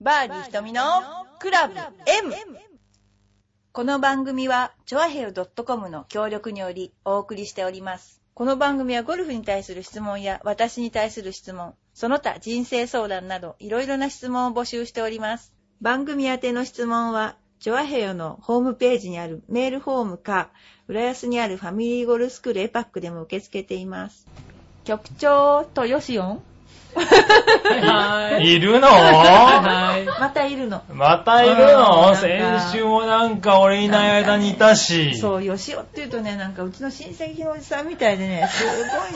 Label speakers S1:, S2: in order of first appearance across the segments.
S1: バーディー瞳のクラブ M! この番組は、チョアヘル .com の協力によりお送りしております。この番組はゴルフに対する質問や私に対する質問、その他人生相談などいろいろな質問を募集しております。番組宛ての質問は、チョアヘヨのホームページにあるメールフォームか、浦安にあるファミリーゴルフスクールエパックでも受け付けています。局長とヨシオン
S2: はいはい。
S3: いるの
S2: はいは
S1: またいるの。
S3: またいる
S2: う
S3: の
S2: ん
S3: 先週もなんか俺いない間にいたし。
S1: そう、よしおって言うとね、なんかうちの親戚のおじさんみたいでね、す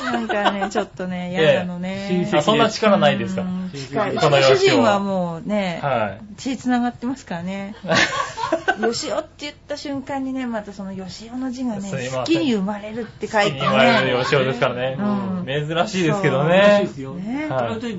S1: ごいなんか ね、ちょっとね、嫌なのね。
S2: ええ親戚
S3: あそんな力ないですか
S1: うん
S2: 近い
S1: 近い。うちの主人はもうね、
S3: は
S1: 血繋がってますから ね。よしおって言った瞬間にね、またそのよしおの字がね、
S3: すいません
S1: 好きに生まれるって書
S3: い。
S1: いて
S3: に言われる
S1: ね。
S3: 吉尾ですからね。
S1: うん
S3: 珍しいですけど
S2: らしい
S3: ね
S2: で。すよ。
S1: ね
S3: はい
S2: 本当に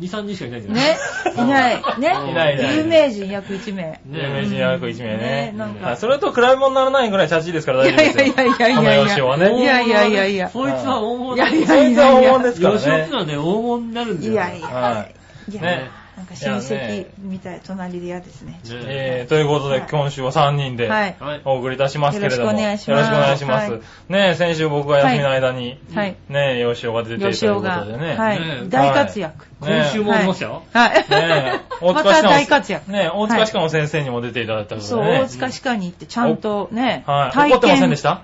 S2: 2、3人しかいないんじゃない
S1: ね、いない、
S2: いない
S1: ね
S2: い
S3: な、い
S1: 有名人約1名。
S3: 有名人役一名
S1: ね
S3: ね。
S1: なん
S3: はい
S1: か。
S3: それと比べ物にならないぐらいチャチいですから
S1: い
S3: 大
S1: や
S3: 丈夫で
S1: い
S3: すよ。
S1: やいやいやいや
S3: この吉尾は
S1: ねいやいやいやいや
S2: そいつは大物
S1: いやい
S3: そ
S1: や
S3: い
S1: い
S3: つは
S1: やい
S3: 黄
S1: や
S3: 金。ですから
S2: 吉尾っての
S3: ね。
S2: はね、黄金になるんだよ。
S1: いやいや
S3: はい
S1: や
S3: ね
S1: なんか親戚みたい、隣で嫌ですね。
S2: ね
S3: えーということで、今週は3人で
S1: はい。
S2: はい。
S3: お送りいたしますけれども。
S1: よろしくお願いします
S3: よろくお願いします
S1: はい
S3: ねえ先週僕が休みの間に、
S1: はい。
S3: ねえ、吉尾が出ていたと
S1: 吉
S3: いう
S1: 尾
S3: こ
S1: が、
S3: とでね。
S1: は
S2: ね
S1: い。大活躍。
S2: 今週も
S1: はい
S2: 出ましたよ。
S1: はい。
S3: ね え
S1: また大活躍。
S3: ねえ、大塚歯科の先生にも出ていただいたのでね。
S1: そう、大塚歯科に行って、ちゃんとね、
S3: はい。怒ってませんでした
S1: ん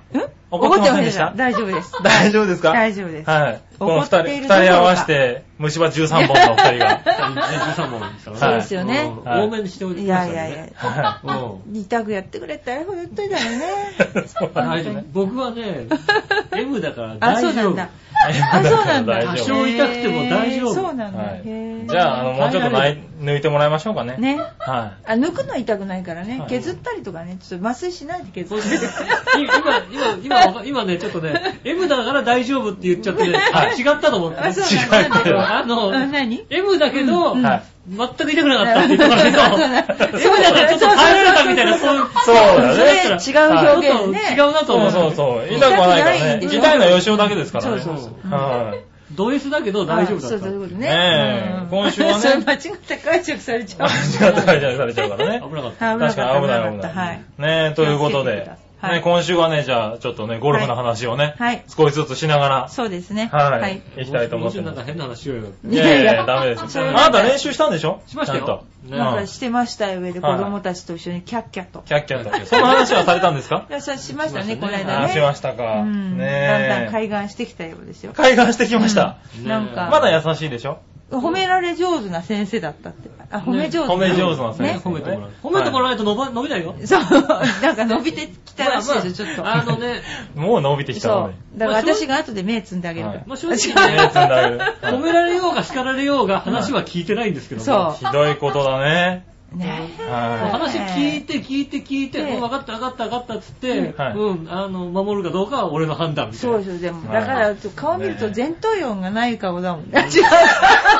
S3: 怒ってませんでし
S1: 怒ってま
S3: た
S1: せ大丈夫です。
S3: 大丈夫ですか
S1: 大丈夫です。
S3: はい。この二
S1: 怒
S3: 人、
S1: ってい
S3: 二
S1: る
S3: 人合わせて、虫歯13本のお二 人が。
S2: 13本ですからね。
S3: そうです
S1: よね
S2: うん
S3: はい
S2: 多めにしておいて
S1: い
S2: くだ
S1: や
S2: さ
S1: い
S2: い
S1: やい
S2: ね。
S1: や、
S3: は
S2: うん
S1: 二択やってくれってあれほど言っといたのにね。
S3: い。そうなん
S2: 大
S3: です
S2: 丈夫
S3: ね。
S2: 僕は ね、M だから
S1: あ、
S2: 大
S1: そうな
S2: 丈
S1: ん
S2: 夫。
S1: だ。あ、そうなんだ。
S3: 大丈夫
S2: 多少痛くても大丈夫
S1: へーそうなんだ。
S3: は
S1: へ
S3: い
S1: ー
S3: じゃあ、あの、もうちょっとない抜いてもらいましょうかね。。
S1: ね。
S3: は
S1: あ、抜くの痛くないからね
S3: は。い
S1: 削ったりとかね、ちょっと麻酔しないで削
S2: そう
S1: っ
S2: で
S1: て。
S2: すね今、今、今、今ね、ちょっとね、M だから大丈夫って言っちゃってね、
S3: はい
S2: 違ったと思って。
S1: あそう
S3: 違うけど
S2: あの、
S1: うん何
S2: M だけど、
S3: んはい
S2: 全く痛くなかったって言ったんだけど、
S1: そう
S2: M
S1: だ
S2: だからちょっと耐えられたみたいな、そういう。
S3: そうだね
S2: そう
S1: それ違う表現ね。
S2: ちょっと違うなと
S3: そ
S2: 思
S3: う
S2: う。
S3: そうそう。痛くはないから
S1: 痛くないん
S3: ね。
S1: でしょ
S3: 痛いのは吉尾だけですからね。
S2: そうそうそ う
S3: はい。
S2: ド S だけど大丈夫だ
S1: そ
S2: っ
S1: う
S2: た
S1: そう。いうことね。
S3: ねえ
S1: うん
S3: 今週は ね
S1: それ間違った解釈されちゃう。
S3: 間違ったらされちゃうからね。
S2: 危なかった。
S1: あ
S3: 確かに危ない
S1: 危
S3: 危
S1: なかった
S3: な
S1: はいい。
S3: ねえ、ということ
S1: 気をつけてく
S3: で
S1: だ、さい
S3: ね、今週はね、じゃあ、ちょっとね、ゴルフの話をね、
S1: はい
S3: 少しずつしなが
S1: そうですね。
S3: ら、はい、行きたいと思って
S2: もうち
S3: ま
S2: ょなん
S3: す
S2: か。変な話しようよ。
S3: いやいや、ダメです
S1: そう
S3: よ。
S1: いう
S3: あ
S1: の
S3: なた練習したんでしょ
S2: しましたよ
S3: ちゃんと。
S2: ね
S1: なん
S3: うん
S1: かしてましたよ、上で子供たちと一緒にキャッキャと。
S3: キャッキャと。その話はされたんですか
S1: いや、そうしましたね、
S2: し
S1: こ
S2: ま
S1: の
S2: したね
S1: 間
S3: あ、
S1: ね。
S3: しましたか。
S1: うん。だんだん
S3: ねえ。
S1: 開眼してきたようですよ。
S3: 開眼してきました。
S2: ね
S1: なんか、
S3: まだ優しいでしょ
S1: 褒められ上手な先生だったって。あ、褒め上手。
S3: 褒め上手な
S1: ね
S3: 先生。
S2: 褒めてもらう。褒めてもらわないと伸ば伸びないよ。
S1: そう、なんか伸びてきたらしいですよ、ちょっと。
S2: まあまああのね、
S3: もう伸びてき
S1: そ
S3: たの
S1: う
S3: ね。。
S1: だから私が後で目つんであげるから。
S2: まあ正直
S3: 目つん
S2: ね、
S3: だる。
S2: 褒められようが叱られようが話は聞いてないんですけども。
S1: そ
S3: ひどいことだね。
S1: ね
S3: は
S2: 話聞いて聞いて聞いて、
S1: ね
S2: うん分かった分かった分かったっつって、
S3: はい
S2: うん、あの、守るかどうかは俺の判断みたい
S1: そ
S2: な。
S1: うそう、でも、
S3: はい
S1: だから、顔見ると
S3: ね
S1: 前頭葉がない顔だもん。違う。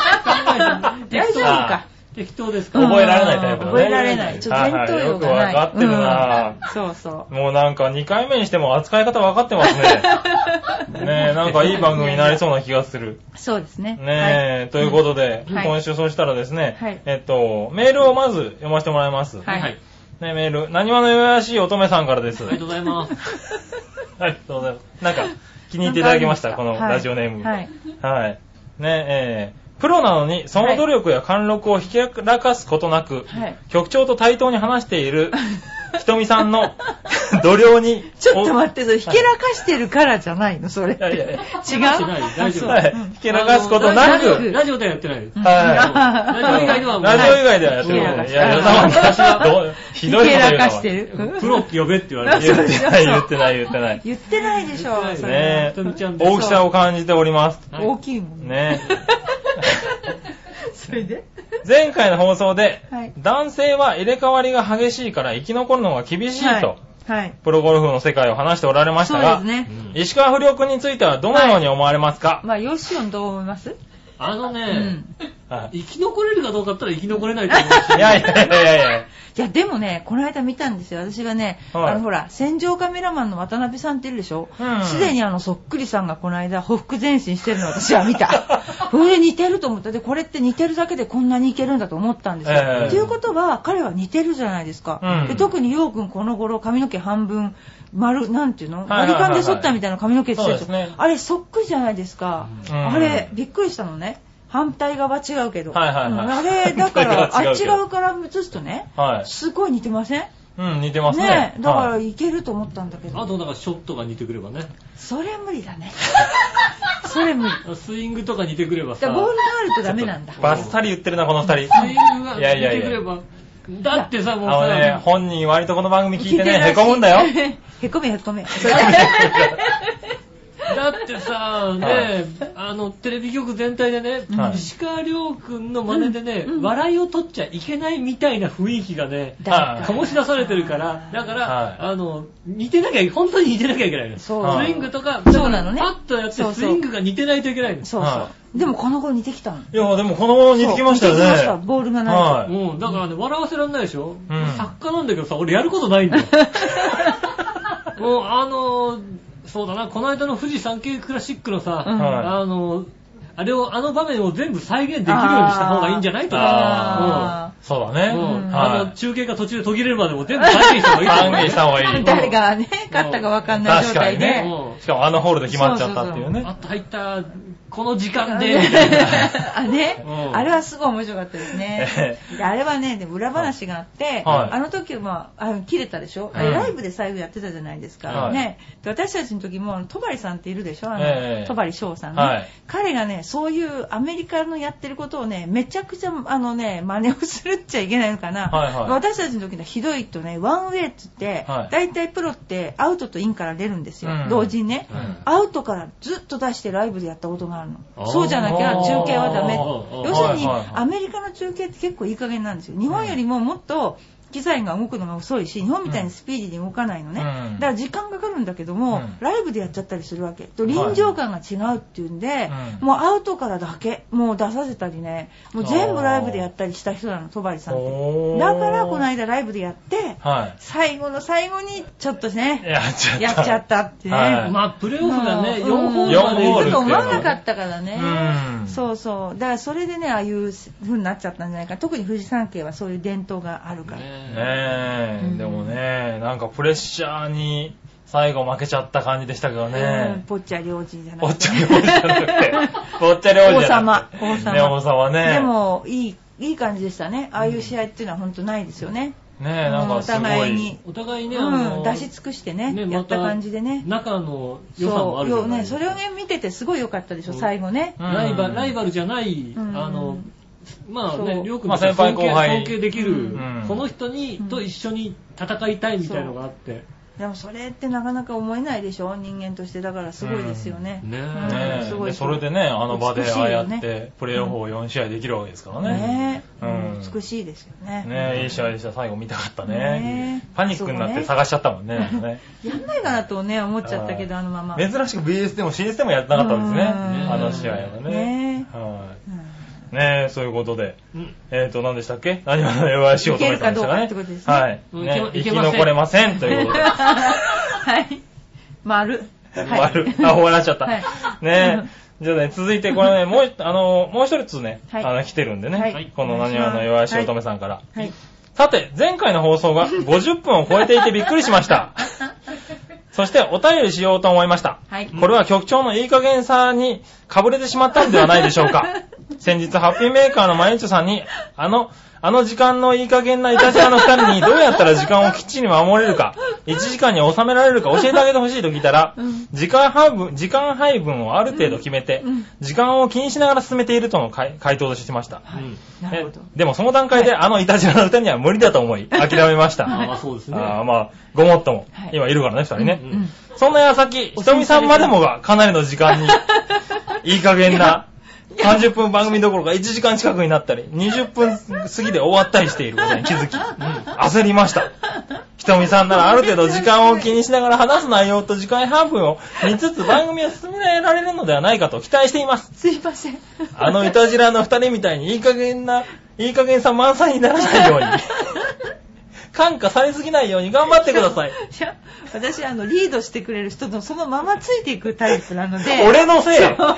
S1: 大丈夫か。
S2: 適当です
S3: い。
S2: か
S3: 覚えられないタイプだね。
S1: 覚えられない。ちょっと前頭葉がない。
S3: はいはいよくわかってるな
S1: うんそうそ
S3: もうなんか2回目にしても扱い方分かっ てますね。ねえ、なんかいい番組になりそうな気がする。
S1: う。そうですね。
S3: ねえ、ということで、
S1: はい
S3: 今週そうしたらですね、
S1: はい
S3: えっと、メールをまず読ませてもらいます。
S1: は
S2: はいはい。
S3: ねメール、何話の弱々しい乙女さんからです。
S2: ありがとうございます。
S3: ありがとうございます。なんか、気に入っていただきました、
S1: なん
S3: こ
S1: かあり
S3: の
S1: ますか
S3: ラジオネーム。
S1: はい。
S3: はい。ねえープロなのに、その努力や貫禄をひけらかすことなく、
S1: はい
S3: 局長と対等に話して いる、ひとみさんの 度量に、
S1: ちょっと待って、それ、ひけらかしてるからじゃないの、それ。
S3: いやいやい
S1: 違
S3: や
S1: う
S2: してない大丈夫
S3: はい
S1: うん
S3: ひけらかすことな
S2: あのラジ
S3: く、
S2: オラジオではやってない。
S3: は
S2: ラジオ以外では
S3: い。
S2: もう
S3: ラジオ以外ではやってる
S1: う
S3: の
S1: ん
S3: で、いやいや、たまに私はどうひ
S1: ひ
S3: どいこと
S1: け
S3: 言う
S1: ら
S3: な
S1: かしてる。
S2: プロ呼べって言われ
S3: 言
S2: て
S3: ってない、言ってない、言ってない。
S1: 言ってないでしょ
S2: 言ってない、です
S1: そ
S3: ね
S1: れ
S2: ひとみちゃんです
S3: 大きさを感じております。
S2: は
S1: は。
S2: い
S1: 大きいもん。
S3: ね
S1: それで
S3: 前回の放送で、
S1: はい
S3: 男性は入れ替わりが激しいから生き残るのが厳しいと、
S1: はい。はい。
S3: プロゴルフの世界を話しておられまし
S1: そ
S3: た
S1: うで
S3: が、
S1: すね。
S2: うん
S3: 石川不良君についてはどのように思われますか、
S1: まあ、ヨシオンどう思います
S2: あのね、
S3: はい。
S2: 生き残れるかどうかだったら生き残れないと思うし。
S3: いやいやいやいやい
S1: いや、でもね、この間見たんですよ。私がね、
S3: はい
S1: あの、ほら、戦場カメラマンの渡辺さんっているでしょ
S3: うん
S1: すで、にあの、そっくりさんがこの間、ほふく前進してるの私は見 た。これ似てると思った。で、これって似てるだけでこんなにいけるんだと思ったんですよ。と、
S3: ええ
S1: いうことは、彼は似てるじゃないですか。
S3: うん
S1: で特にようくんこの頃、髪の毛半分、丸、なんていうの、
S3: いはいはいはい
S1: 割り勘で剃ったみたいな髪の毛してるでしょ
S3: そうですね
S1: あれ、そっくりじゃないですか。
S3: うん
S1: あれ、びっくりしたのね。反対側違うけど。
S3: はいはいはい
S1: うんあれ、だか
S3: 反
S1: ら、
S3: 対
S1: あ
S3: 側違
S1: っ
S3: う
S1: ち
S3: けど
S1: 側から映すとね、
S3: はい。
S1: すごい似てません
S3: うん、似てますね。
S1: ねえだから
S3: はい
S1: いけると思ったんだけど、
S2: あと、だからショットが似てくればね。
S1: それ無理だね それ無理だか
S2: スイングとか似てくればさ。
S1: らボールがあるとダメなんだ
S3: バッサリ言ってるな、この二人。
S2: スイングが
S3: い
S2: 似
S3: やいやいや
S2: てくれば。だってさ、
S3: あ
S2: もう
S3: のね、
S2: さ、
S3: 本人割とこの番組聞いて
S1: るら
S3: ね、
S1: し
S3: へこむんだよ。
S1: へこめへこめそれだ
S2: だってさ、ね、あの、テレビ局全体でね
S3: は、い
S2: 石川遼君の真似でね
S1: うんうん、
S2: 笑いを取っちゃいけないみたいな雰囲気がね、
S1: だ
S2: 醸し出されてるから、だから、
S3: はい
S2: あの、似てなきゃ、本当に似てなきゃいけないの。
S1: そう
S2: スイングとか、
S1: そうなのね
S2: だからパッとやって
S1: そう
S2: ス
S1: そう
S2: イングが似てないといけないの。
S1: そうそ
S3: は
S1: うでもこの子似てきたの
S3: いや、でもこのまま似てきましたよね。
S1: そう似てきましたボールがないと
S3: はい。
S2: うん、だからね、笑わせられないでしょ、
S3: うん
S2: 作家なんだけどさ、俺やることな いんだよ。 もう、あのーそうだな、この間の富士山系クラシックのさ、
S1: うん
S2: あのーあれを、あの場面を全部再現できるようにした方がいいんじゃないとか。
S1: あ
S3: そうだね。
S2: うん
S1: うん
S2: あ
S3: は
S2: の、
S3: い。
S2: 中継が途中で途切れるまでも全部再現した方がい いと思う。
S3: 歓迎した方がい
S1: ー
S3: い。
S1: 誰がね勝ったか分かんない状
S3: 確か
S1: 態
S3: に
S1: で、
S2: う
S3: ね
S2: ん。
S3: しかもあのホールで決まっちゃったっていうね。
S2: あ
S3: は
S2: った入った、この時間 で、みたいな
S1: あね、
S2: うん
S1: あれはすごい面白かったですね。 であれはね、でも裏話があって、
S3: はい
S1: あの時、まあ、あの切れたでしょ、
S3: うん
S1: ライブで最後やってたじゃないですか。
S3: はい
S1: ね。で私たちの時も、戸張さんっているでしょあの、
S3: ええ
S1: 戸張翔さんね、
S3: はい
S1: 彼がね、そういうアメリカのやってることをね、めちゃくちゃ、あのね、真似をするっちゃいけないのかな。
S3: はいはい
S1: 私たちの時のひどいとね、ワンウェイって言って、
S3: はい
S1: 大体プロってアウトとインから出るんですよ。
S3: うん
S1: 同時にね。
S3: うん
S1: アウトからずっと出してライブでやったことがある
S2: あ
S1: の。
S2: ー
S1: そうじゃなきゃ中継はダメ。
S2: あー
S1: 要するに、
S3: はいはいはい
S1: アメリカの中継って結構いい加減なんですよ。日本よりももっと機材が動くのが遅いし、日本みたいにスピーディーに動かないのね。
S3: うん
S1: だから時間かかるんだけども、
S3: うん
S1: ライブでやっちゃったりするわけ。と臨場感が違うっていうんで、
S3: うん
S1: もうアウトからだけ、もう出させたりね、もう全部ライブでやったりした人なの、戸張さんって。
S3: おー
S1: だからこの間ライブでやって、
S3: い。
S1: 最後の最後にちょっとね、
S3: やっちゃった。
S1: やっちゃったってね。
S3: はい
S2: まあ、プレイオフがね、4ホール
S3: 四
S2: ま
S3: ホ
S2: で行
S3: ー
S1: だ
S3: ルで
S2: く
S1: と
S3: す
S2: と
S1: 思
S3: けど
S1: わなかったからね、
S3: うん
S1: そうそうだからそれでねああいう風になっちゃったんじゃないか特に富士山系はそういう伝統があるから、
S3: ねえ、
S1: うん
S3: でもね、なんかプレッシャーに最後負けちゃった感じでしたけど
S1: うん
S3: ね。
S1: ぽっちゃり王子じゃな
S3: お
S1: く
S3: っち
S1: て
S3: ゃり王子じゃなくて、おっちゃり王子じゃなくて。
S1: 王様王様
S3: ね、王様ね。
S1: でもいいいい感じでしたねああいう試合っていうのは本当ないですよね、
S3: ねえ、なん
S1: うん
S3: か
S1: お
S3: すご
S1: 互い
S3: い
S1: に。
S2: お互いね、あ
S1: う
S2: の
S1: ん、出し尽くしてね
S2: ね
S1: やった感じでね
S2: また仲の良さもあ
S1: そう
S2: るじゃ
S1: よ
S2: ない
S1: ね
S2: です
S1: そ
S2: か
S1: れをね見ててすごい良かったでしょ、
S2: うん
S1: 最後ね、
S3: うん
S2: ライバルライバルじゃない、
S1: うん
S2: あの、まあ
S1: そ
S2: ね
S1: う、
S2: りょうく
S3: ま
S2: ん
S3: あ先輩後輩
S2: 尊敬できる、
S3: うん
S2: この人に、
S1: うん
S2: と一緒に戦いたいみたいのがあって。
S1: でもそれってなかなか思えないでしょ人間としてだからすごいですよね、
S2: うんね
S1: うん
S3: ね
S1: す
S3: え
S1: ごい
S3: でそれでね、あの場であ
S1: 美し
S3: あやっ
S1: いよね
S3: てプレーオフを4試合できるわけですからね。
S1: ね
S3: う
S1: え
S3: ん
S1: 美しいですよね
S3: ねえ、いい試合でした。最後見たかった
S1: ね
S3: ね
S1: え。
S3: パニックになって探しちゃったもんね。なんかね
S1: やんないかなとね思っちゃったけどあのまま、
S3: 珍しく BS でも CS でもやってなかったんですね。
S1: うん
S3: あの試合はね
S1: ね。
S3: は
S1: うん
S3: いねえ、そういうことで。
S2: うん
S3: えっと、何でしたっけ何話の弱い仕事ました
S1: いけるかどうかってことですね
S3: はい。
S2: うん
S3: ね
S2: い
S3: 生
S2: け
S3: き
S2: ま
S3: 残れませんということで。
S1: はい丸
S3: 終
S1: は
S3: わ
S1: い
S3: る。あ、終わらしちゃった。
S1: はい
S3: ねえ。じゃあね、続いてこれね、もう一、あの、もう一つね、
S1: はい
S3: あの、来てるんでね。
S1: はい
S3: この何話の弱い仕事めさんから。
S1: はい
S3: さて、前回の放送が50分を超えていてびっくりし ました。そして、お便りしようと思いました。
S1: はい
S3: これは局長のいい加減さにかぶれてしまったんではないでしょう か。先日、ハッピーメーカーのマユチョさんに、あの、あの時間のいい加減ないたじらの二人にどうやったら時間をきっちり守れるか、1時間に収められるか教えてあげてほしいと聞いたら、
S1: うん
S3: 時間配分、時間配分をある程度決めて、
S1: うんうん
S3: 時間を気にしながら進めているとの回回答としてました。
S2: うん
S1: なるほど
S3: えでもその段階であのいたじらの歌には無理だと思い、諦めました。
S2: ああ、そうですね。
S3: ああ、まあ、ごもっとも
S1: はい。
S3: 今いるからね、二人ね
S1: う。
S2: うん
S1: ん
S3: そんな矢先、ひとみさんまでもがかなりの時 間に、いい加減な、30分番組どころか1時間近くになったり、20分過ぎで終わったりしていることに気づき、焦りました。ひとみさんならある程度時間を気にしながら話す内容と時間半分を見つつ番組を進められるのではないかと期待しています。
S4: すいません。
S3: あのいたじらの二人みたいにいい加減な、いい加減さ満載にならないよ うに。感化されすぎないように頑張ってください。
S1: いや、私、あの、リードしてくれる人のそのままついていくタイプなので。
S3: 俺のせ い
S1: だか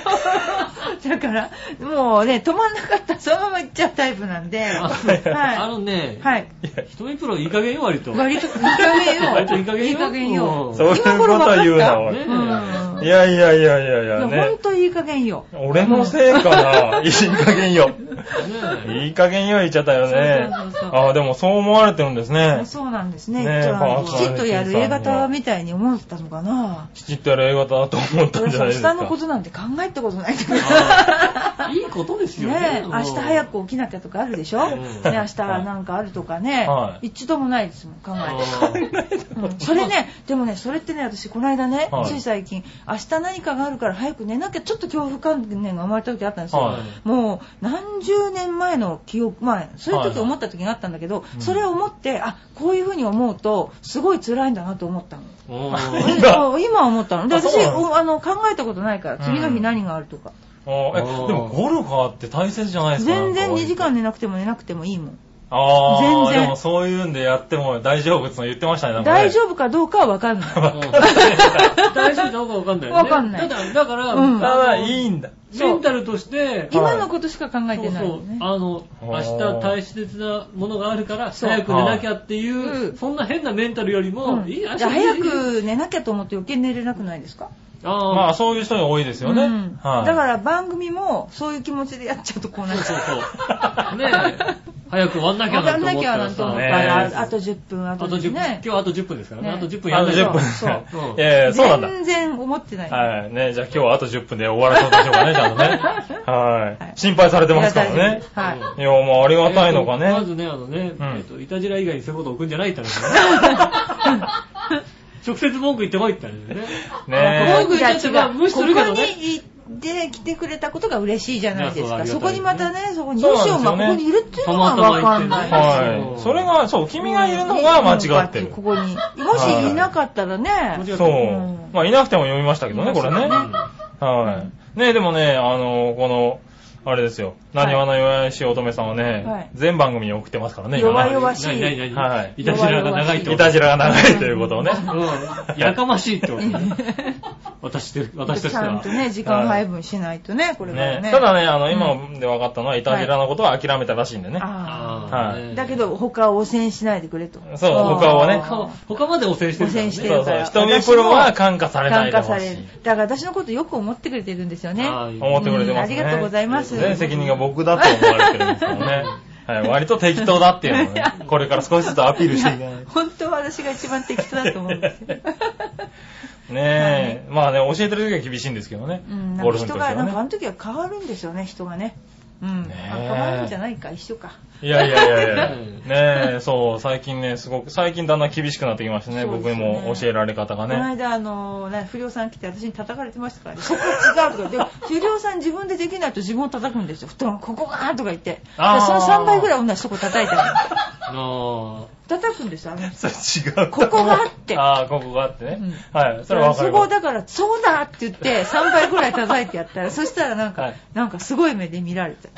S1: ら、もうね、止まんなかったらそのまま行っちゃうタイプなん で。
S2: あ
S1: は
S2: のね
S1: い。、はい。
S2: 瞳プロいい加減よ、割と。
S1: 割といい加減よ。
S2: 割といい加減よ。
S1: いい加減よ。
S2: ん
S3: そういうこと言うな、おい。
S2: ね
S1: うん。
S3: いやいやいやいやいや
S1: ほ
S3: ね
S1: ん。といい加減よ。
S3: 俺のせいか な。いい加減よ。
S2: ね
S3: いい加減よ言っちゃったよね。
S1: そうそうそうそう
S3: ああ、でもそう思われてるんですね。
S1: そうなんですね。
S3: ね
S1: 一応
S3: え
S1: あの
S3: パー
S1: き
S3: ソナリテ
S1: ち
S3: ィ
S1: っとやる A 型みたいに思ったのかな。
S3: きちっとやる映画だと思ったんじゃないです
S1: 下
S3: か。
S1: のことなんて考えたことない。
S2: あーいいことです よ
S1: ね
S2: ね
S1: え、。明日早く起きなきゃとかあるでしょ、
S2: うん
S1: ね、明日なんかあるとかね、
S3: はい
S1: 一度もないですもん、考えて。
S2: あー
S1: うんそれね、でもね、それってね、私、この間ね、
S3: はい
S1: つい最近、明日何かがあるから早く寝なきゃ、ちょっと恐怖観念が生まれた時あったんですよ。
S3: はい
S1: もう、何十年前の記憶、まあ、そういう時思った時があったんだけど、
S3: うん
S1: それを思って、あ、こういうふうに思うと、すごい辛いんだなと思ったの。
S2: お
S3: 今
S2: ー
S1: でそう今思ったの。で、
S3: あ
S1: 私
S3: そうなの
S1: おあの、考えたことないから、次の日何があるとか。
S3: あーえ、でもゴルファーって大切じゃないですか。
S1: 全然2時
S3: なんか
S1: 間寝なくても寝なくてもいいもん。
S3: ああ、
S1: 全然
S3: でもそういうんでやっても大丈夫って言ってましたね、なんかね
S1: 大丈夫かどうかは分かんない。
S2: うん大丈夫なのかわかんないよね。
S1: わかんない
S2: ただ、だから、
S1: うん
S3: た
S2: あ
S3: だ、
S2: の
S3: いいんだ。
S2: メンタルとして、
S1: 今のことしか考え
S2: そ
S1: て
S2: う
S1: ない
S2: そ
S1: よ
S2: う
S1: ね。、
S2: あの、明日大切なものがあるから、
S1: そう
S2: 早く寝なきゃっていうう、
S1: ん
S2: そんな変なメンタルよりも、
S1: うん
S2: いい、明日
S1: じゃあ早、く寝なきゃと思って余計寝れなくないですか
S2: あー
S3: まあ、そういう人が多いですよね。
S1: うん
S3: はい。
S1: だから番組もそういう気持ちでやっちゃうとこうなっち
S2: そう
S1: ゃう。
S2: そう。 ねえ、早く終わんなきゃ
S1: 分かん
S2: なと思っ
S1: な
S2: た
S1: きゃ
S2: ら
S1: なんて
S2: さ、
S1: 思った
S3: ね
S1: ら、
S3: え
S1: ああと10分、あ
S2: あと
S1: と10
S2: 10分、
S1: 分
S2: 今
S1: ね
S2: 日。あと10分ですからね。
S1: ね
S2: あと10分や
S3: あ
S2: ん
S3: と
S2: なきゃ
S3: 10分。
S2: そう
S3: ええ、そうなんだ。
S1: 全然思ってない。
S3: はい。ね、じゃあ今日はあと10分で終わらそうとしようかね、ちゃんと ね。はい。心配されてますから
S1: いや大
S3: ね
S1: 丈。夫はい。
S2: うん
S3: いや、もうありがたいのか
S2: えっとま
S3: ね。
S2: ずね、あのね、
S3: うん
S2: えっと、いたじら以外にそういうこと送んじゃないって話 だね直接文句言ってこいって話だよね。
S3: ね
S2: 文句言っちゃってまあ無視するけど
S1: ここ
S2: ね。
S1: に行って来てくれたことが嬉しいじゃないです
S2: いや
S1: か。
S2: そ
S1: そう
S2: あ
S1: こ
S2: り
S1: に
S2: が
S1: ま
S2: た
S1: た
S2: い
S1: ね、そこに西
S3: そう
S1: を
S3: なんで
S1: ま
S3: すよね
S1: あここにいるっていうのがわかんない。
S2: たまたま行ってね
S3: はい。それが、そう、君がいるのが間違ってる。
S1: ここに。もしいなかったら
S2: 間違っ
S1: ね、
S2: てる
S3: そう
S1: うん。
S3: まあ、いなくても読みましたけどね、これね。
S2: うん
S3: はい。ねでもね、あの、この、あれですよ。
S1: はい
S3: なにわの弱々しい乙女さんは
S1: は
S3: ね
S1: い、
S3: 全番組に送ってますからね、
S1: 弱
S3: ね。
S1: 々しい
S2: 何何何
S3: はい
S2: いたじらが長いってこと。
S3: いたじらが長いということをね。
S2: うん。やかましいってことね。私と、私たち
S1: ち
S2: か
S1: ゃん
S2: ら
S1: と。ね、時間配分しないとね、これから
S3: ね
S1: ね。
S3: ただね、あの、今で分かったのは、いたじらのことは諦めたらしいんでね。
S1: あ
S2: あー
S3: はい
S1: ー
S2: ね
S1: だけど、他を汚染しないでくれと。
S3: そう、
S1: あー
S3: 他をね。
S2: 他を他まで汚染してるからね。
S1: 汚染して
S3: そうそう、
S1: 私も
S3: 瞳プロは感化されな
S1: 感
S3: いで
S1: 化
S3: ほ
S1: さ
S3: し
S1: れる
S3: い。。
S1: だから私のことよく思ってくれてるんですよね。
S2: あーいい
S3: 思ってくれてますね。
S1: うんありがとうございます
S3: ね、責任が僕だと思われてるんですけどね。はい、割と適当だっていうの をね、これから少しずつアピールしていかないと。
S1: 本当は私が一番適当だと思うんです よ。
S3: ねえ、まあね、教えてる時は厳しいんですけどね
S1: うん、。な
S3: ゴ
S1: ん
S3: ル
S1: か
S3: フの
S1: 人が、
S3: 時
S1: な
S3: は
S1: んかあの
S3: ね。
S1: 時は変わるんですよね、人がね。うん。
S3: ねえ
S1: あ変わるんじゃないか、一緒か。
S3: いやいやいやいや。ねえ、そう、最近ね、すごく、最近だんだん厳しくなってきましたね、
S1: そうです
S3: 僕
S1: よ
S3: に
S1: ね
S3: も教えられ方が
S1: この
S3: ね。
S1: 間、あの、ね不良さん来て私に叩かれてましたからね、そこ違うとか。でも、不良さん自分でできないと自分を叩くんですよ。布団、ここがーとか言って。でそ
S3: あー
S1: の3倍ぐらい同じとこ叩いてるの。
S2: あ
S1: 叩くんですよ、あの人
S3: それ違うと思う。
S1: ここがあって
S3: ああ、ここがあってね。
S1: う
S3: はい、それはわかる
S1: そこ
S3: わ
S1: を。だから、そうだって言って、3倍ぐらい叩いてやったら、そしたらなんか、
S3: はい
S1: なんかすごい目で見られた。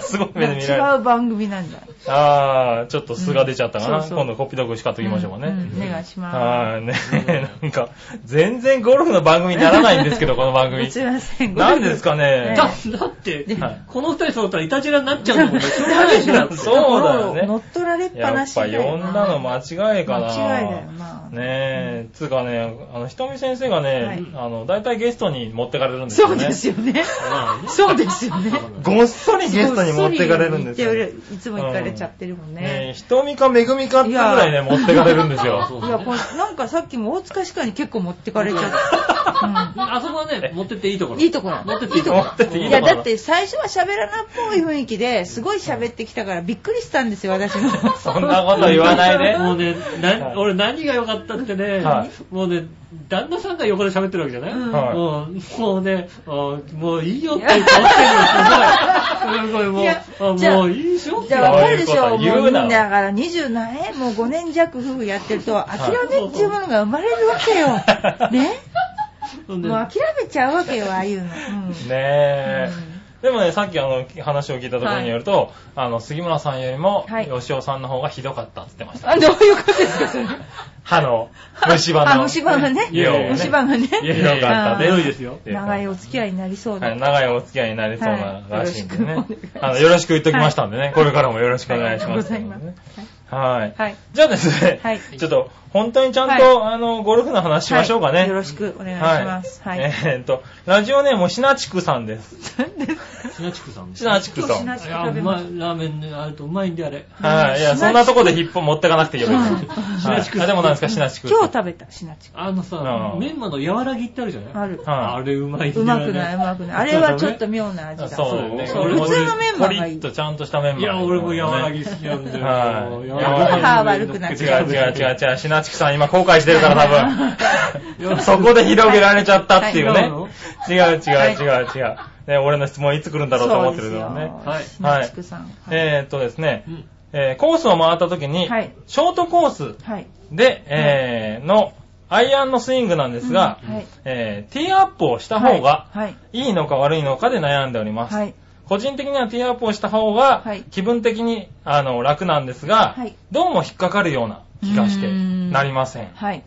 S3: すごい目で見られる。
S1: 違う番組なんだ。
S3: あー、ちょっと素が出ちゃったかな。
S1: うんそうそう
S3: 今度コピドクしかっときましょうかね。
S1: んんお願いしま
S3: はーいね、なんか、全然ゴルフの番組にならないんですけど、この番組
S1: す。。すいません。
S3: 何ですかね
S1: え
S2: ー
S1: ね
S2: だ、だって
S3: はい、
S2: この二人揃ったらいたじらになっちゃうんだも んね。しょうがないじゃん。
S3: そうだよね
S1: 乗っ取られっぱ
S3: や
S1: な
S3: っ
S1: し
S3: ぱ
S1: だよ
S3: 呼んだの間違いかな。
S1: 間違いだよな
S3: ねえ、つうかね、あの、ひとみ先生がね、
S1: はい
S3: あの、大体ゲストに持ってかれるんですよ
S1: そ
S3: ね。
S1: うですよね。
S2: まあね
S1: そうですよね。
S3: ごっそり ゲストに持ってかれるんですよ。
S1: ごっそり行っていつも行かれちゃってるもん
S3: ねえ、
S1: ね。
S3: ひとみかめぐみかって ぐらいね、持ってかれるんですよ。
S2: そう
S1: いや、こうなんかさっきも大塚歯科に結構持ってかれちゃっ
S2: あそこはね、持ってっていいところ。
S1: いいところ
S2: 持ってっていいところ。
S3: 持ってってい
S1: い
S3: と
S1: や、
S3: ころ
S1: だって最初は喋らなっぽい雰囲気ですごい喋ってきたからびっくりしたんですよ、私も。
S3: そんなこと言わないで。
S2: もうね、な
S3: はい
S2: 俺何が良かったってね、
S3: はい
S2: もうね、旦那さんが横で喋ってるわけじゃない、
S1: うん
S3: はい
S2: もうもうね、あーもういいよって顔してるの、すごい。すごい、も
S1: いや
S2: う
S1: じ
S2: あ、
S1: ゃあ
S2: もういいしょ
S1: じゃあわかるでし
S3: そうい
S1: ょ、もう
S3: うこと言う
S1: みん
S3: な
S1: なだから20何年、もう5年弱夫婦やってると、諦めっていうものが生まれるわけよ。ね
S2: もう
S1: も
S2: ね
S1: う諦めちゃうわけよ、ああいうの。うん
S3: ね
S1: う
S3: え
S1: ん。
S3: でもね、さっきあの、話を聞いたところによると、あの、杉村さんよりも、
S1: はい
S3: 吉尾さんの方がひどかったって言ってました。
S1: あ、どういうことですか、それ。
S3: 歯の、 虫歯
S1: あ、
S3: の。
S1: 虫歯がね。
S3: いやいや
S1: 虫歯がね。
S3: いやひどかった
S2: ひ
S3: で
S2: ど
S3: す。
S2: いですよ
S3: っていうか
S1: 長いお付き合いになりそう
S3: は
S1: だ
S3: い、。長いお付き合いになりそうならしいんで
S1: はい
S3: ね。
S1: よろしくお願いします
S3: あの、よろしく言っときましたんでね、これからもよろしくお願いし
S1: ありがとう
S3: ま
S1: ご
S3: す、
S1: ざいます。
S3: はい。
S1: はい。
S3: じゃあですね、
S1: はい
S3: ちょっと、本当にちゃんと、あの、ゴルフの話しましょうかね。
S1: はいよろしくお願いします。はい。
S3: え ーっと、ラジオネーム、しなちくさんです。
S2: シナチクさんです
S3: し。なちく
S1: 今日
S3: さ
S1: し
S3: ん。
S1: なち
S2: い
S1: く
S2: や、
S1: 食
S2: う
S1: べ
S2: ま
S1: ま
S2: い
S1: す。、
S2: ラーメンねあるとうまいんで、あれ。
S3: はい。いや、そんなとこでヒップ持ってかなくていいよ、別に。
S2: シナ
S3: は
S2: チク
S3: いあ、でもなんですか、しなちく。
S1: 今日食べた、シナチ
S2: あのさ
S3: う、ん
S2: メンマの柔らぎってあるじゃない
S1: ある
S2: あれうまいんだ
S1: ク。うま
S2: よね
S1: くない、うまくない。あれはちょっと妙な味だ。
S3: そうだよね。
S2: そう
S1: 普通のメンマ
S3: コリ
S1: がいい
S3: ッとちゃんとしたメンマ。
S2: いや、俺も柔らぎ好きなんだよ。
S3: はい
S2: 柔らぎ
S1: 歯悪くなっ
S3: 違う
S1: ちゃ
S3: 違う違う違う、しなちくさん今後悔して るから多分。
S2: い
S3: そこで広げられちゃったっていう
S2: はい
S3: ね。違う違う違う違う。ね、俺の質問いつ来るんだろうと思ってるけどね。
S2: は
S1: はいい。シナチクさん。はい。
S3: えーっとですね
S2: う、ん
S3: えーコースを回った時に、
S1: はい
S3: ショートコース
S1: はい。
S3: で、えーの、アイアンのスイングなんですが、
S1: はい。
S3: えーティーアップをした方が、
S1: はい。
S3: いいのか悪いのかで悩んでおります。
S1: はい。
S3: 個人的にはティーアップをした方が
S1: はい、
S3: 気分的に、あの、楽なんですが、
S1: はい
S3: どうも引っかかるような気がして、
S1: うーん
S3: なりません。
S1: はい。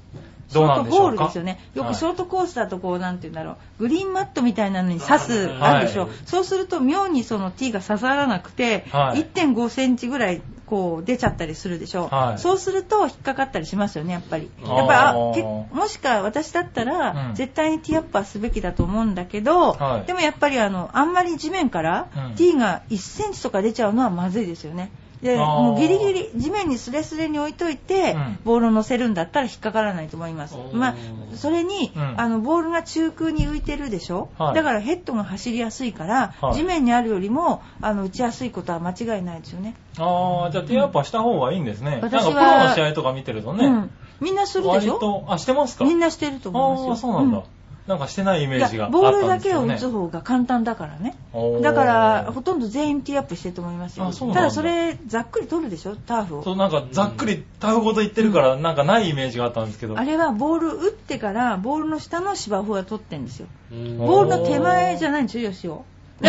S3: どうなんでしょ
S1: ショ
S3: う
S1: ートホールで
S3: か
S1: すよね。よ
S3: はい
S1: くショートコースだとこう、なんて言うんだろう。グリーンマットみたいなのに刺す、
S2: はい
S1: あるでしょ
S3: はい。
S1: そうすると妙にその T が刺さらなくて、
S3: はい
S1: 1.5センチぐらいこう出ちゃったりするでしょ
S3: はい
S1: そうすると引っかかったりしますよね、やっぱり。
S2: あー
S1: やっぱ、あけもしか私だったら、
S3: うん
S1: 絶対に T アップはすべきだと思うんだけど、
S3: はい
S1: でもやっぱりあの、あんまり地面から
S3: うん
S1: T が1センチとか出ちゃうのはまずいですよね。で
S3: あー
S1: もうギリギリ地面にスレスレに置いといて、
S3: うん
S1: ボールを乗せるんだったら引っかからないと思います
S2: お。ー
S1: まあ、それに、
S3: うん
S1: あの、ボールが中空に浮いてるでしょ、
S3: はい
S1: だからヘッドが走りやすいから、
S3: はい
S1: 地面にあるよりも、あの、打ちやすいことは間違いないですよね。
S3: あー、じゃあティーアップはした方がいいんですね。
S1: うん
S3: なんか
S1: 私
S3: プ
S1: は
S3: ロの試合とか見てるとね、
S1: うん。みんなするでし
S3: 割
S1: ょ
S3: と、あ、してますか
S1: みんなしてると思いますよ。
S3: あー、そうなんだ。
S1: うん
S3: なんかしてないイメー
S1: い
S3: ジがあ
S1: や
S3: っ
S1: ボール
S3: たん
S1: だ
S3: です
S1: けを打
S3: よね
S1: つ。方が簡単だからね。
S3: おー
S1: だから、ほとんど全員ティーアップしてると思います
S3: あ
S1: よ。
S3: そうなんだ
S1: ただそれ、ざっくり取るでしょターフ
S3: そう、
S1: を。
S3: なんかざっくりタフごと言ってるから、なんかないイメージがあったんですけど。
S1: あれはボール打ってから、ボールの下の芝生は取ってんですよ。
S2: うん
S1: ボールの手前じゃないんですよ、吉尾。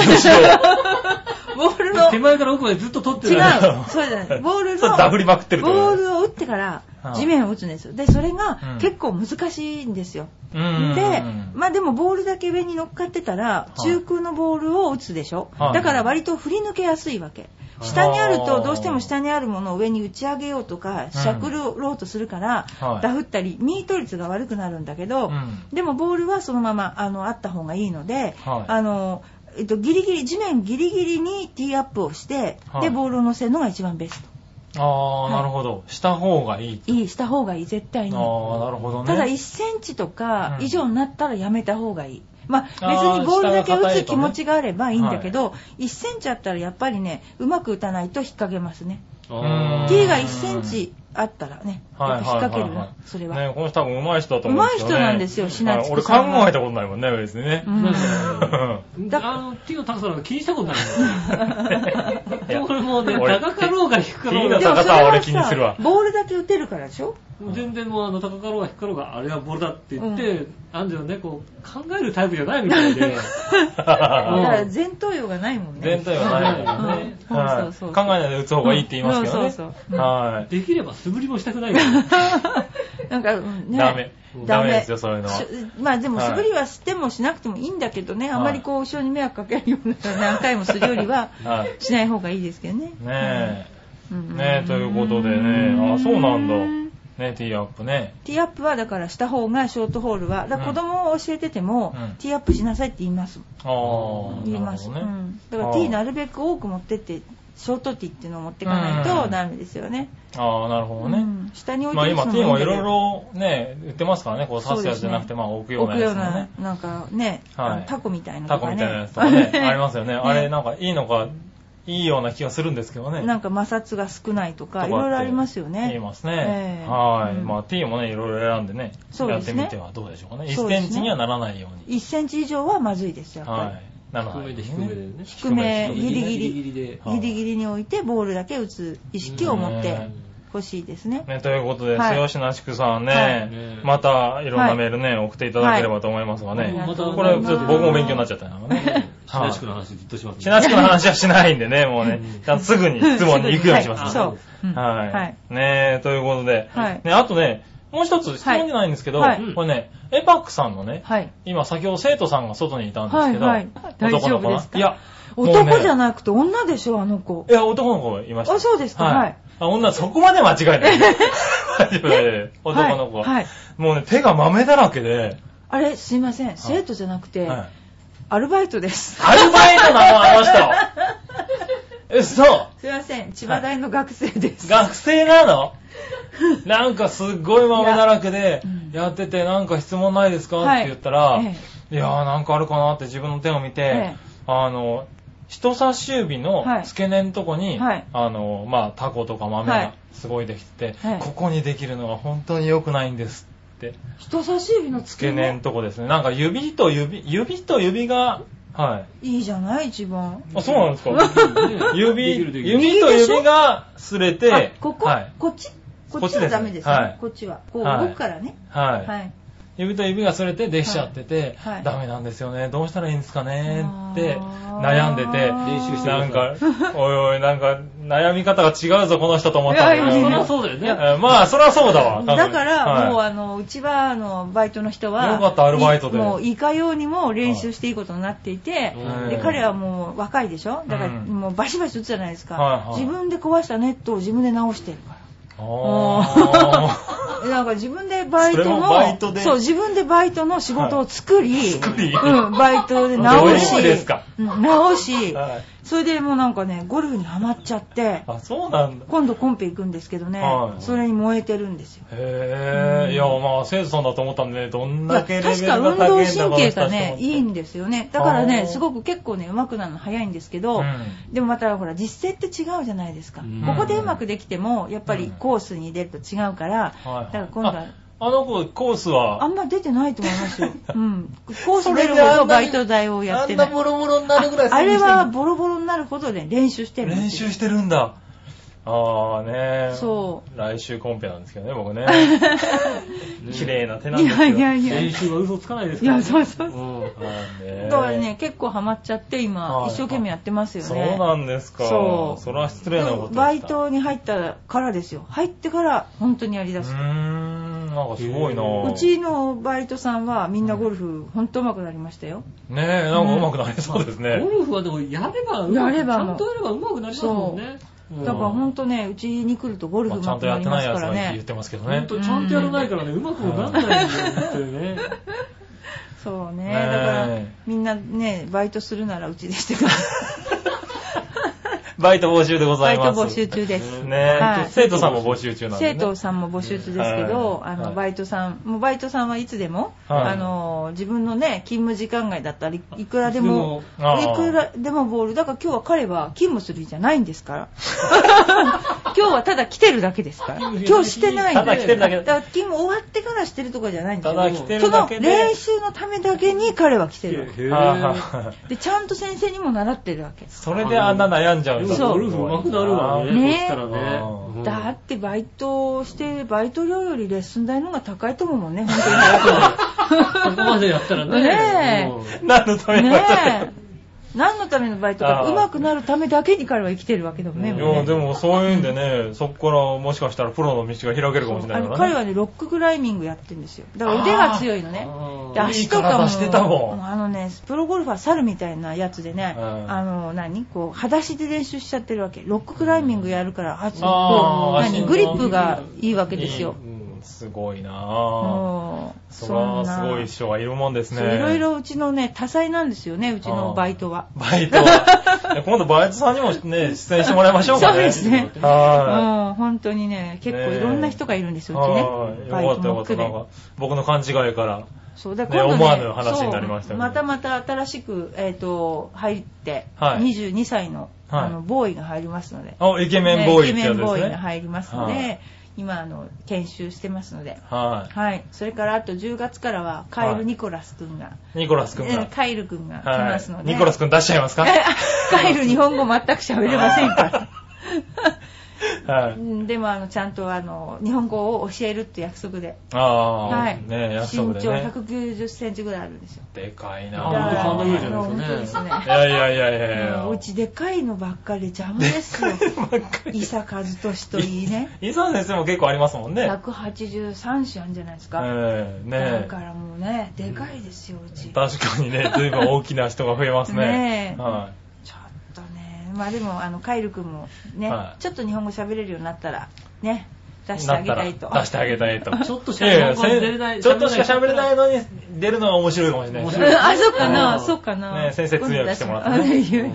S1: ボールの
S2: 手前から奥までずっと取って
S1: 違
S2: る。
S1: う、そうじゃない。ボール
S3: そう
S1: の、
S3: ダブりまくってるってこと
S1: ボー
S3: ね
S1: ルを打ってから
S3: はあ
S1: 地面を打つんですよ。で、それ
S3: うん
S1: が結構難しいんですよ。
S3: うんうんうん
S1: で、まあでもボールだけ上に乗っかってたら、
S3: い
S1: 中空のボールを打つでしょ。
S3: はい
S1: だから割と振り抜けやすいわけ。下にある
S3: はあ
S1: と、どうしても下にあるものを上に打ち上げようとか、しゃくろうとするから
S3: はい、
S1: ダフったり、ミート率が悪くなるんだけど、
S3: うん
S1: でもボールはそのままあのあった方がいいので、
S3: はい
S1: あのえっと、ギリギリ地面ギリギリにティーアップをして、
S3: はい
S1: でボールを乗せるのが一番ベスト
S3: あ
S1: は
S3: ー、
S1: い
S3: なるほど。した方がいい。
S1: いいした方がいい絶対
S3: あー、
S1: に、
S3: なるほどね。
S1: ただ1センチとか
S3: うん
S1: 以上になったらやめた方がいい、まあ、別
S3: あー
S1: にボールだけ
S3: 下
S1: 打
S3: が硬い
S1: つ
S3: と
S1: 気
S3: ね
S1: 持ちがあればいいんだけど、1センチあったらやっぱりねうまく打たないと引っ掛けますね
S2: あー
S1: T が1センチあったらねやっ
S3: は
S1: ぱ
S3: い
S1: 引っ
S3: はいはい
S1: 掛
S3: はい
S1: けるなそれは、
S3: ねこ の人多分上手い人だと思うんで
S1: 上手
S3: すよね。
S1: い人なんですよしな
S3: は
S1: ち
S3: い
S1: く
S3: 俺考
S1: さんは
S3: えたことないもんね、別にね。
S1: うん
S2: なん
S3: う ん
S1: だ
S2: かあの、T の高さなんか気にしたことないの俺もうね、
S3: 俺
S2: 高かろうが低かろ
S3: T の
S2: うが、
S1: でもそれ
S3: 高さは俺
S1: は
S3: 気にするわ
S1: さボールだけ打てるからでしょ
S2: 全然もうあの、高かろうが低かろうが、あれはボールだって言って、あんじゃね、こう、考えるタイプじゃないみた いで。
S1: だから前頭葉がないもんね
S3: 全体はないもんね。
S1: うん
S3: は
S1: そ
S3: い
S1: うそうそう
S3: 考えないで打つ方がいいって言いますけどね。
S1: うんそうそうそう
S3: はい。
S2: できれば素振りもしたくないから。
S1: なんか、うんね、
S3: ダメ。ダ
S1: ダ
S3: メ
S1: メ
S3: ですよ、そういうのは
S1: し。まあでも
S3: はい
S1: 素振りはしてもしなくてもいいんだけどね、
S3: はい
S1: あまりこう後ろに迷惑かけるような何回もするよりは
S3: はい。
S1: しない方がいいですけどね。
S3: ね
S1: うん
S3: え。ねえ、ということでね。あ、そうなんだ。ね、ティーアップね。
S1: ティーアップはだからした方がショートホールは、だから子供を教えてても、
S3: うん
S1: ティーアップしなさいって言いますもん。
S3: ああ、
S1: 言い
S3: な
S1: ま
S3: る
S1: す、
S3: ほど
S1: う
S3: ね
S1: ん。だからティーなるべく多く持ってってショートティーっていうのを持っていかない
S3: うん
S1: とダメですよね。
S3: ああ、なるほど
S1: う
S3: ね。
S1: ん下に置い
S3: まあ
S1: て
S3: 今、ティー
S1: も
S3: も
S1: い
S3: い
S1: んだ
S3: ろ
S1: け
S3: い
S1: ど
S3: ろね、売ってますからね、こう刺すやつじゃなくて、まあ置くようなやつもね。
S1: 置くようななんかね、
S3: はい
S1: あのタコみたいな
S3: タ
S1: の
S3: コ
S1: が
S3: み
S1: ね
S3: たいなやつとかね、ありますよ ね。
S1: ね
S3: あれなんかいいのか、いいような気がするんですけど ね。
S1: なんか摩擦が少ないと
S3: とかっ
S1: か、い
S3: て
S1: ろいろありますよ
S3: 言い
S1: ね。
S3: ますね。
S1: ええ
S3: はい。
S1: うん
S3: まあ T もね、いろいろ選んでね、
S1: そう
S3: や
S1: で
S3: って
S1: すね
S3: みてはどうでしょうかね。
S1: そ
S3: 1
S1: う
S3: セ
S1: で
S3: ン
S1: すね
S3: チにはならないように。
S1: 1センチ以上はまずいです、やっ
S3: は
S1: ぱ
S3: い。なら
S2: 低
S3: ない
S2: めで
S3: よ
S2: 低
S3: う
S2: め
S1: 低め
S3: にね。
S2: でね。ギリギリ
S1: ギリ
S2: で。
S1: り。ギリギリに置いて、ボールだけ打つ意識を持ってほしいですね。
S3: ね、ということで、
S1: はい
S3: 瀬吉なしくさん
S1: はい
S3: ね
S2: ね、
S3: またいろんなメールね、送っていただければと思いますが
S1: はい
S3: ね
S1: あり。が
S2: また、
S1: とうご
S3: これ
S1: ざ
S3: ち
S1: い
S3: ょ
S1: ま
S3: っ
S1: す
S3: と僕も勉強になっちゃったな。ね。
S2: シナシクの話ずっとしますね。
S3: しなしくの話はしないんでね、もうね
S2: うん、
S3: ちゃんとすぐに 質問に行くようにします
S1: は
S3: ね
S1: い。そう。うん
S3: はい。ねえ、ということで。
S1: はい
S3: ね、あとね、もう一つ質問じゃないんですけど、
S1: はい
S2: はい
S3: これね、エパックさんのね、
S1: はい。
S3: 今先ほど生徒さんが外にいたんで
S1: は
S3: すけ
S1: い
S3: ど、
S1: はい。大丈
S3: の子
S1: 夫
S3: な
S1: ですか
S3: いや、
S1: 男じゃ
S3: な
S1: なくて女でしょ、あの子
S3: い。。や、男の子がいました。
S1: あそうですかはい
S3: あ、女、そこまで間違い ない。大丈夫大丈夫男の子、
S1: はい。はい
S3: もうね、手が豆だらけで、
S1: あれ、すいません。生徒じゃなくて、
S3: はい
S1: アルバイトです。
S3: アルバイトなの、あの人。 え、そう。
S1: すいません。千葉大の学生です。
S3: 学生なのなんかすっごい豆だらけで
S1: いやうん
S3: やっててなんか質問ないですか
S1: は
S3: っ
S1: い
S3: て言ったら、
S1: え
S3: いやーなんかあるかなって自分の手を見て
S1: ええ、
S3: あの、人差し指の
S1: はい
S3: 付け根のとこに、
S1: はい
S3: あの、まあ、タコとか豆
S1: は
S3: が
S1: い
S3: すごいできてて、
S1: はい
S3: ここにできるのは本当に良くないんですって。
S1: 人差し指の付
S3: 付
S1: け
S3: け根
S1: 根
S3: の。とこですね。なんか指と指、指と指が、はい。
S1: いいじゃない、一番。
S3: あ、そうなんです か指、
S2: できるできる
S3: 指と指が擦れて
S1: あ、ここ、
S3: はい。
S1: こっちこ
S3: こ
S1: っ
S3: っ
S1: ち
S3: ち
S1: は
S3: ですね
S1: ダメですね。
S3: はい
S1: こっちは。こう
S3: はい
S1: 動くからね。は
S3: は
S1: いい。。
S3: 指と指がそれてできちゃってて、
S1: はいはい
S3: ダメなんですよね。どうしたらいいんですかねって
S1: あー
S3: 悩んでて、
S1: 練
S2: 習してくだ
S3: な
S2: さ
S3: ん
S2: い
S3: か、おいおい、なんか悩み方が違うぞ、この人と思ったんだ
S1: いやい
S2: そ
S1: や
S2: り
S1: い
S2: ゃ
S1: や
S3: け
S2: そうだよ
S3: ど。
S2: ね。
S3: えーまあ、それはそうだわ。多分
S1: だから、もう
S3: は
S1: あ
S3: い
S1: の、うちは、あの、バイトの人は、
S3: よかったアルバイトで
S1: いもう、いかようにも練習していいことになっていて、
S2: はい
S1: で、
S3: うん
S1: 彼はもう若いでしょだから、
S3: うん
S1: もうバシバシ打つじゃないですか、
S3: はいはい
S1: 自分で壊したネットを自分で直してるから。
S3: あ
S1: なんか自分でバイト
S3: それ
S1: の
S3: もバイトで
S1: そう自分でバイトの仕事を作り、
S3: 作り
S1: うん、バイトで直
S3: どう
S1: し
S3: ですか
S1: うん直し、
S3: ー はい
S1: それでもうなんかねゴルフにはまっちゃって
S3: あ、そうなんだ。
S1: 今度コンペ行くんですけどね、
S3: はい
S1: それに燃えてるんですよ
S3: へえ、いや、まあ、生徒さんだと思ったんでね、どん
S1: いや
S3: だけレ
S1: 確
S3: ベル
S1: か
S3: が
S1: 運
S3: 高
S1: 動
S3: いんだ
S1: 神経がねいいん
S3: で。
S1: ですよねだから
S3: あー
S1: ねすごく結構ね上手くなるの早いんですけど、
S3: うん
S1: でもまたほら実践って違うじゃないですか、
S2: うん
S1: ここでうまくできてもやっぱ
S3: うん
S1: りコースに出ると違うから、
S3: はい
S1: だから今度は
S3: ああの子、コースは、
S1: あんま出てないと思います よ、うん、コース
S3: それ
S1: 出
S3: で
S1: る
S3: あ
S1: ほ
S3: んなに
S1: どバイト代をやってない
S3: ロボロになるぐ
S1: ああれはボロボロになるほどね練習してるんですよ
S3: 練習してるんだ。ああね。
S1: そう
S3: 来週コンペなんですけどね、僕ね。
S2: ね
S3: 綺麗な手なん
S1: い
S3: ですよ。
S1: やいやいや
S2: 練習は嘘つかないですからね。
S1: いやそうそうそ
S2: うん
S3: なんで
S1: だからね、結構ハマっちゃって今、
S3: はい
S1: 一生懸命やってますよね。
S3: そうなんですか。
S1: そう
S3: それは失礼なことでした。
S1: バイトに入ったからですよ。入ってから本当にやり
S3: う
S1: だ
S3: ー
S1: す。
S3: ん、なんかすごいな
S2: へー
S1: うちのバイトさんはみんなゴルフ本当上手くなりましたよ。
S3: ねえ、なんか上手くなりそうですね。
S2: ゴルフはでもやれば、
S1: やれば
S2: ちゃんとやれば上手くなりますもんね。うん
S1: だから本当ね、うちに来るとゴル
S3: ま
S1: フ
S3: あち
S1: 上
S3: ゃん
S1: 手
S3: と
S1: くなりま
S3: やってな
S1: す
S3: いや
S1: か
S3: つ
S1: ら
S3: が言っ
S1: ね。
S3: てますけど
S2: ほん
S3: ね。
S2: とちゃんとやらないからね、うまくもなんないんだよ、本当にね。
S1: そうね。
S3: ね
S1: だ
S3: え
S1: からみんなね、バイトするならうちでしてください。
S3: バイト募集でござ
S1: バイ
S3: い
S1: ト
S3: ます。
S1: 募集中です。
S3: ね
S1: はい、
S3: え生徒さんも募集中なんで
S1: 生
S3: ね。
S1: 徒さんも募集中ですけど、
S3: はい
S1: あ
S3: はい
S1: のバイトさん、もうバイトさんはいつでも、
S3: はい
S1: あの自分のね勤務時間外だったらいいくらでも
S3: いつでもあー
S1: いくらでもボールだから今日は彼は勤務する日じゃないんですから 今日はただ来てるだけです から今日してないんで
S3: ただ来てるだけ
S1: から勤務終わってからしてるとかじゃないんです
S3: た
S1: よ
S3: だ来て
S1: そ
S3: るだ
S1: の
S3: け
S1: 練
S3: で。
S1: 習のためだけに彼は来て
S2: へ
S1: る
S2: ぇ
S3: はいはいはい
S1: でちゃんと先生にも習ってるわけ
S3: それであんな悩んじゃうんだ。
S1: そう
S2: ゴルフ上手くなるわね。
S1: ね
S2: そしたらね
S3: う。
S1: だってバイトしてバイト料よりレッスン代の方が高いと思うもんね本当に
S2: ここまでやったらね。
S1: ねえ
S2: うん
S3: 何のためになっちゃった
S1: ねえ。何のためのバイトか、
S3: あー
S1: 上手くなるためだけに彼は生きてるわけだもんね。
S2: うん
S3: い
S1: もうね
S3: や、でもそういうんでね、そこからもしかしたらプロの道が開けるかもしれな
S1: あ
S3: いか
S1: の
S3: らね。
S1: 彼はね、ロッククライミングやってるんですよ。だから腕が強いのね。で
S2: あー
S1: 足とか
S3: いい体
S1: も
S3: してたもん
S1: あのね、プロゴルファー猿みたいなやつでね、
S3: うん
S1: あの、何こう、裸足で練習しちゃってるわけ。ロッククライミングやるから、あ
S3: あー
S1: と、
S3: 足の
S1: 何グリップがいいわけですよ。
S2: うん
S3: すごいなぁ。
S1: もう
S3: そら、すごい
S1: そ
S3: 人がいるもんです
S1: んなそう
S3: ね。
S1: いろい。ろうちのね多彩なんですよねうちのバイトは
S3: バ イトは。いや今度バイトさんにもね、出演してもらいましょうかね。
S1: そうですね
S3: は
S1: うん本当にね結構いろんな人がいるんです
S3: い。
S1: ようち
S3: は
S1: ね
S3: い。よ
S1: バイ
S3: か
S1: ト
S3: ったよか
S1: も
S3: った。
S1: 含
S3: なん
S1: め
S3: か、僕の勘違いから。
S1: そうだ
S3: ね
S1: 今度ね
S3: 思わぬ話になりまし
S1: そ
S3: たよ
S1: う
S3: ね
S1: またまた新しく、えっと入って、
S3: はい
S1: 22歳の,、
S3: はい
S1: あのボーイが入りますので
S3: あ、イケメンボーイってや
S1: ねイケメ
S3: つ
S1: ン
S3: です
S1: ボーイが
S3: ね。
S1: 入りますので、
S3: はい
S1: 今あの研修してますので
S3: は
S1: はいそれからあと10月からはカイル・ニコラス君が、
S3: い。ニコラスくん
S1: え
S3: が。
S1: カイル君が来
S3: は
S1: ますので、
S3: い。ニコラスくん出しちゃいますか
S1: え カイル日本語全く喋れませんから
S3: はい。
S1: うんでもあのちゃんとあの日本語を教えるって約束で、
S3: ああ、
S1: はい
S3: ね約
S1: 身
S3: 束で
S1: 長
S3: ね。
S1: 190センチぐらいあるんですよ。
S3: でかいな
S2: あ
S3: ぁ。
S2: 本当考えるじゃ
S1: もう
S2: ない
S1: 本当
S2: で
S1: ですすね。
S3: いやいやいやいやいや。
S1: もううちでかいのばっかりで邪魔です よ。
S3: ばっかり
S1: 伊佐和俊といいね。
S3: 伊沢先生も結構ありますもんね。
S1: 183種あるんじゃないですか。
S3: ええ
S1: だ
S3: ね
S1: からもうね、でかいですよ、うち。
S3: え。
S1: ちょっ
S3: 確かにね、随分大きな人が増えますね。
S1: ねえ
S3: は
S1: とね、まあでも、あの、カイル君もね
S3: は、い
S1: ちょっと日本語喋れるようになったら、ね、
S3: い。
S1: 出してあげたいと。
S3: なったら出してあげたいと。
S2: ちょっとし
S3: い
S2: か
S3: やいや
S2: 日本語出れない
S3: せんちょっとしか喋れない
S2: の。
S3: のに出るのが面白いかもしれないです
S2: 面
S1: うん
S3: ね。
S2: 白い
S1: あ、そっかな、
S2: うん
S1: そっかな。
S3: ね先生通訳してもらってね
S1: あいやいやいや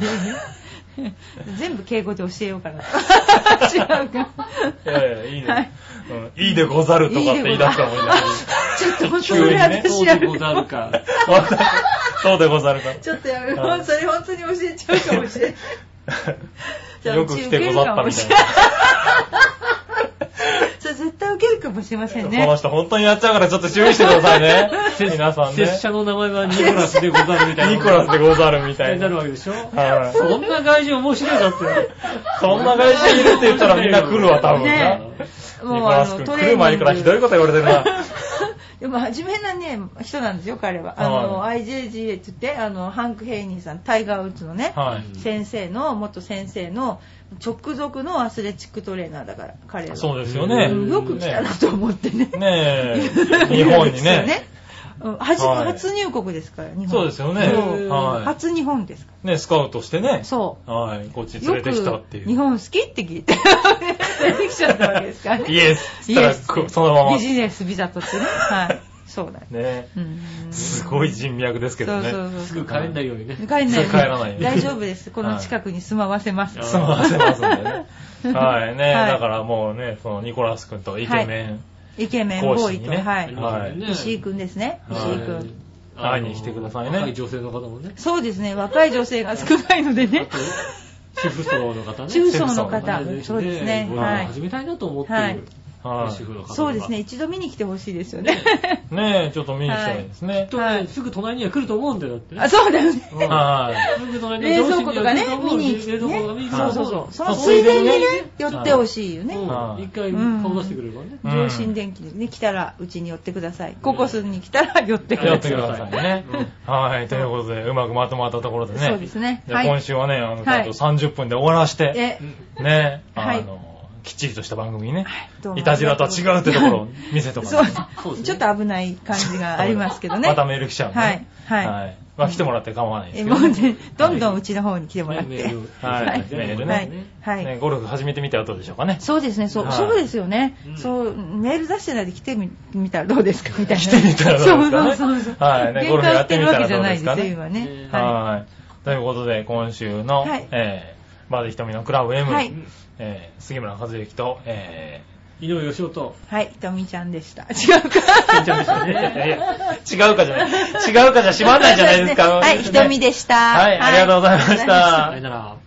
S1: 全部敬語で教えようかな。違うか。
S3: いやいや、いい
S1: は
S3: ね。うんいいでござるとかって言い出すかもしれないし。
S1: ちょっと本当
S3: 急
S1: そ
S3: に
S1: れ
S3: ね
S2: そ
S1: 私
S2: う
S1: や
S2: で
S1: る
S2: ござるか。
S3: そうでござるか。
S1: ちょっとやめろ。
S3: はい
S1: それ本当に教えちゃうかもしれない。じゃあ
S3: よく来てござったみたいな。
S1: それ絶対受けるかもしれません
S3: この
S1: ね。
S3: 人本当にやっちゃうからちょっと注意してくださいね。 皆さんね。
S2: 拙者の名前はニコラスでござるみたいな。
S3: ニコラスでござるみたい
S2: にな
S3: な
S2: る。わけでしょ
S3: はい
S2: そんな外人面白いだって。
S3: そんな外人いるって言ったらみんな来るわ、多分な。
S1: ね
S3: ニコラス君来る前からひどい
S1: グ。
S3: こと言われてるな。
S1: でも真面目なね、人なんですよ、彼は。あの、
S3: は
S1: IJGA って言って、あの、ハンク・ヘイニーさん、タイガー・ウッズのね、
S3: はい。
S1: 先生の、元先生の、直属のアスレチックトレーナーだから、彼は。
S3: そうですよね。
S2: うん
S1: よく来たなと思ってね。
S3: ねえ、日本にね。。
S1: うん初
S3: はい
S1: 初入国ですから、日本。
S3: そうですよね。
S1: そう
S3: は
S1: 初日本ですか
S3: い。ねスカウトしてね
S1: ら。。そ
S3: はい。こっち
S1: う。
S3: 連
S1: よ
S3: れ
S1: く
S3: てきたっていう。
S1: 日本好きって聞いて、連れてきちゃったわけですからね。
S3: イエス。ったらこうそのまま。
S1: ビ
S3: ね
S1: ジネスビザ取ってね。 はい。そうだね。
S3: え
S1: うん。
S3: すごい人脈ですけどね。
S1: そうそう
S2: す
S1: そう。
S2: ぐ帰んないようにね。
S1: 帰んない
S3: すぐ帰らな い
S1: 大丈夫です。この近くに住まわせ ます。
S2: はい
S3: 済ませますんでね。 はい。ね
S1: はい
S3: だからもうね、そのニコラス君とイケメン、
S1: イケメン
S3: 講
S1: ボ
S3: 師
S1: ーイ
S3: に
S1: と、
S3: ね
S1: はい。
S3: はい
S2: ね
S1: 石井くんですね。
S3: はい
S1: 石井くん。
S2: あの
S3: 会いに来てくださいね
S2: 若い女性の方もね。
S1: そうですね。若い女性が少ないのでね。
S2: 主婦層の方ね。
S1: 中層の
S3: 方
S1: 方
S2: ぜひ。ね
S1: そうですね。
S2: ゴルフを
S1: はい。
S2: 始めたいなと思って
S1: はい
S2: る
S3: はい
S2: 主婦の方。
S1: そうですね、。一度見に来てほしいですよね。
S3: ねえ、ちょっと見に来たいですね。
S2: と
S1: はい
S2: すぐ隣には来ると思うんだよ、だってね
S1: あ、。そうだよね。
S2: うん
S3: はい。
S2: すぐ隣に
S1: 冷
S2: は上司
S1: 蔵
S2: に
S1: 庫と
S2: は
S1: かね
S2: 来ると、思
S1: 見
S2: う
S1: に
S2: し
S1: 来て、
S2: 冷蔵庫が見
S1: ね。
S2: に
S3: 来
S2: 来
S3: る
S2: る
S1: そう
S2: と思
S1: そううそう。そ
S3: あ
S1: のついでにね
S3: ついでにね、
S1: 寄ってほしいよね。
S2: うん一回
S1: うん
S2: 顔出してくれればね。
S3: うん
S1: 上新電機に来たら、うちに寄ってください。ココスに来たら寄って く
S3: やっ
S1: ださ
S3: て
S1: い。
S3: くださいね
S2: うん。
S3: はい。ということで、うまくまとまったところでね。
S1: そうですね。
S3: じゃあ
S1: は
S3: 今
S1: い。
S3: 週はね、あの、ち
S1: は
S3: ゃ
S1: い
S3: んと30分で終わらして、
S1: え、
S3: ね、
S1: は
S3: あ
S1: い
S3: の、きっちりとした番組にね、
S1: どうも
S3: いたじらとは違うってところを見せと か
S1: そう
S3: ね。
S2: そうですね
S1: ちょっと危ない感じがありますけどね。
S3: またメール来ちゃうんでね。
S1: はいはい
S3: はい。まあ来てもらって構わないです
S1: え、
S3: けど
S1: も
S3: ね。
S1: うね、どんどんうちの方に来てもらっ
S2: ねメー
S1: て
S2: ル。
S3: はい
S1: はい
S3: メールね
S1: はい。はい。
S3: ねゴルフ始めてみてはどうでしょうかね。
S1: そうですね、そう、
S3: はい
S1: そうですよね、
S2: うん
S1: そう、メール出してないで来てみみたらどうですかみたいな。
S3: 来てみたらどうですかね
S1: そうそうそうそう。
S3: はいねゴルフやってみたらどうですか
S1: 喧嘩売ってるわけじゃないで
S3: ね
S1: すよ、今ね。は
S3: はい。ということで、今週の
S1: はい、
S3: えー、バーディ瞳のクラブ
S1: い。
S3: M、
S1: はい。
S3: えー杉村和之と、え
S2: 井上義雄と、
S1: はい、とみちゃんでした。違うか。
S2: ケンちゃんでした
S3: ー、いやい
S2: ね。
S3: や違うかじゃない。違うかじゃ閉まんないじゃないですか。
S1: はい、ひとみでした。
S3: はい、ありがとうございまし
S1: は
S3: た
S2: さよ。なら。